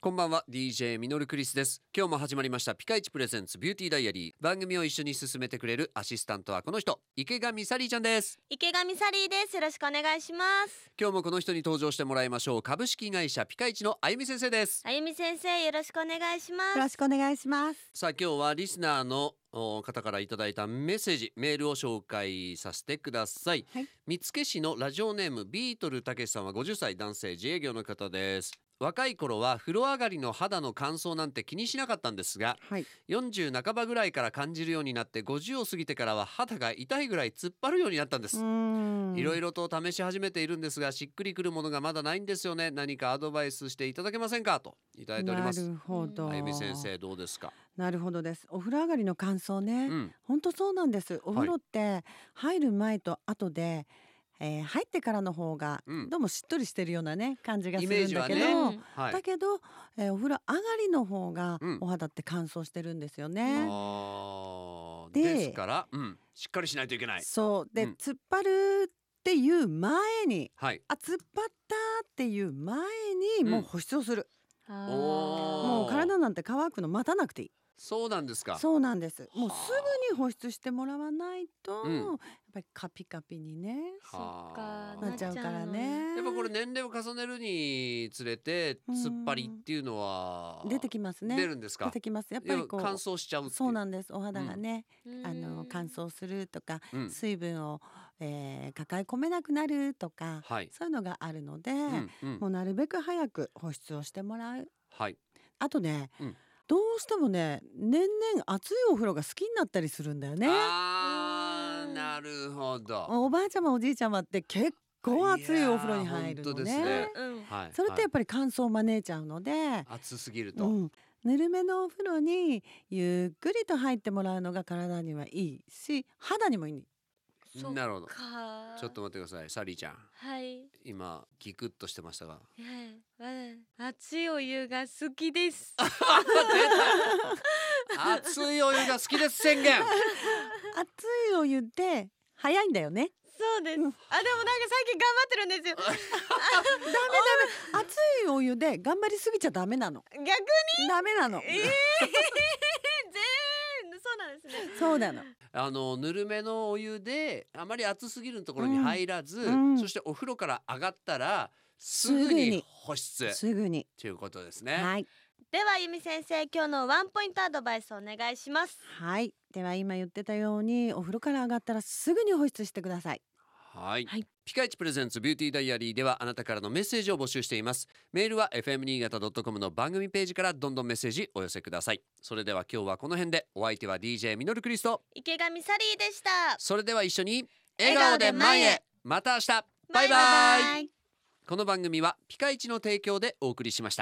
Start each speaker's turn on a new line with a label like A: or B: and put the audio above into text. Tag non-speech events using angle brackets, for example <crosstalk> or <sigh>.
A: こんばんは DJ ミノルクリスです今日も始まりましたピカイチプレゼンツビューティーダイアリー番組を一緒に進めてくれるアシスタントはこの人池上サリーちゃんです
B: 池上サリーですよろしくお願いします
A: 今日もこの人に登場してもらいましょう株式会社ピカイチのあゆみ先生です
B: あゆみ先生よろしくお願いしま
C: よろ
B: す
C: しくお願いします。
A: さあ今日はリスナーのお方からいただいたメッセージメールを紹介させてください、
C: はい
A: 見附市のラジオネームビートルたけしさんは50歳男性自営業の方です若い頃は風呂上がりの肌の乾燥なんて気にしなかったんですが
C: はい。
A: 40半ばぐらいから感じるようになって50を過ぎてからは肌が痛いぐらい突っ張るようになったんです、
C: ん
A: いろいろと試し始めているんですがしっくりくるものがまだないんですよね何かアドバイスしていただけませんかといただいておりま
C: な
A: す
C: るほど。
A: あゆみ先。生どうですか、
C: なるほどです。お風呂上がりの感想ね。
A: うん、
C: 本当そうなんです。お風呂って入る前と後で、えー入ってからの方が
A: うん
C: どうもしっとりしてるようなね感じがす
A: イメ
C: る
A: ー
C: ん
A: ジ
C: だ
A: は
C: け
A: ね
C: ど。
A: はい
C: だけど、えーお風呂上がりの方が
A: うん
C: お肌って乾燥してるんですよ
A: あ
C: ね。
A: ー
C: で
A: ですから、うん、しっかりしないといけない
C: そうで、
A: うん
C: 突っ張るっていう前に
A: はい
C: あ突っ張ったっていう前にもう保湿をする、
A: おー
C: もう体なんて乾くの待たなくていい
A: そうなんですか
C: そうなんです。もう
A: は
C: す
A: あ
C: ぐに保湿してもらわないと、
A: うん
C: やっぱりカピカピにね、
B: そっ
A: は
B: か
A: ー
C: なっちゃうからね。
A: やっぱこれ年齢を重ねるにつれて
C: うん
A: 突っ張りっていうのは
C: 出てきますね。
A: 出るんですか
C: 出てきます。やっぱ
A: い
C: り
A: や
C: こ
A: 乾
C: う。
A: 燥しちゃうってい
C: そうなんです。お肌がね、あの乾燥するとか、
A: うん
C: 水分を、えー抱え込めなくなるとか、
A: はい、
C: そういうのがあるので、
A: うんうん
C: もうなるべく早く保湿をしてもらう。
A: はい
C: あとね、
A: うん
C: どうしてもね、年々暑いお風呂が好きになったりするんだよね。
A: あ
B: う
A: ー
B: ん
A: なるほど
C: おばあちゃまおじいちゃまって結構暑いお風呂に入る
A: いやー本当
C: の
A: で
C: ね
A: すね
B: うん
A: はい
C: それってやっ
A: は
C: ぱり乾燥を招いちゃうので、
A: い暑すぎる
C: う
A: と、
C: ん、ぬるめのお風呂にゆっくりと入ってもらうのが体にはいいし肌にもいい
B: そっ
A: なるほど
B: か
A: ちょっと待ってくださいサリーちゃん
B: はい、
A: 今ギクッとしてました
C: <laughs>
A: が
B: はいうん熱いお湯が好きです
A: 熱いお湯が好きです宣言 <laughs>
C: 熱いお湯って早いんだよね
B: そうですあでもなんか最近頑張ってるんですよ
C: 熱いお湯で頑張りすぎちゃダメなの
B: 逆に
C: ダメなの
B: ええ全そうなんですね
C: そうなの
A: あのぬるめのお湯であまり熱すぎるところに入らず、
C: うんうん
A: そしてお風呂から上がったらす
C: ぐに
A: ぐに保湿
C: すぐに
A: ということですね、
C: はい
B: ではあゆみ先生今日のワンポイントアドバイスお願いします
C: はいでは今言ってたようにお風呂から上がったらすぐに保湿してください
A: はい、
B: はい
A: ピカイチプレゼンツビューティーダイアリーではあなたからのメッセージを募集していますメールは fm 新潟 .com の番組ページからどんどんメッセージお寄せくださいそれでは今日はこの辺でお相手は DJ ミノルクリスト
B: 池上サリーでした
A: それでは一緒に笑
B: 笑
A: 顔
B: 顔
A: で
B: で
A: 前
B: 前
A: へ
B: へ
A: また明日バイバイこの番組はピカイチの提供でお送りしました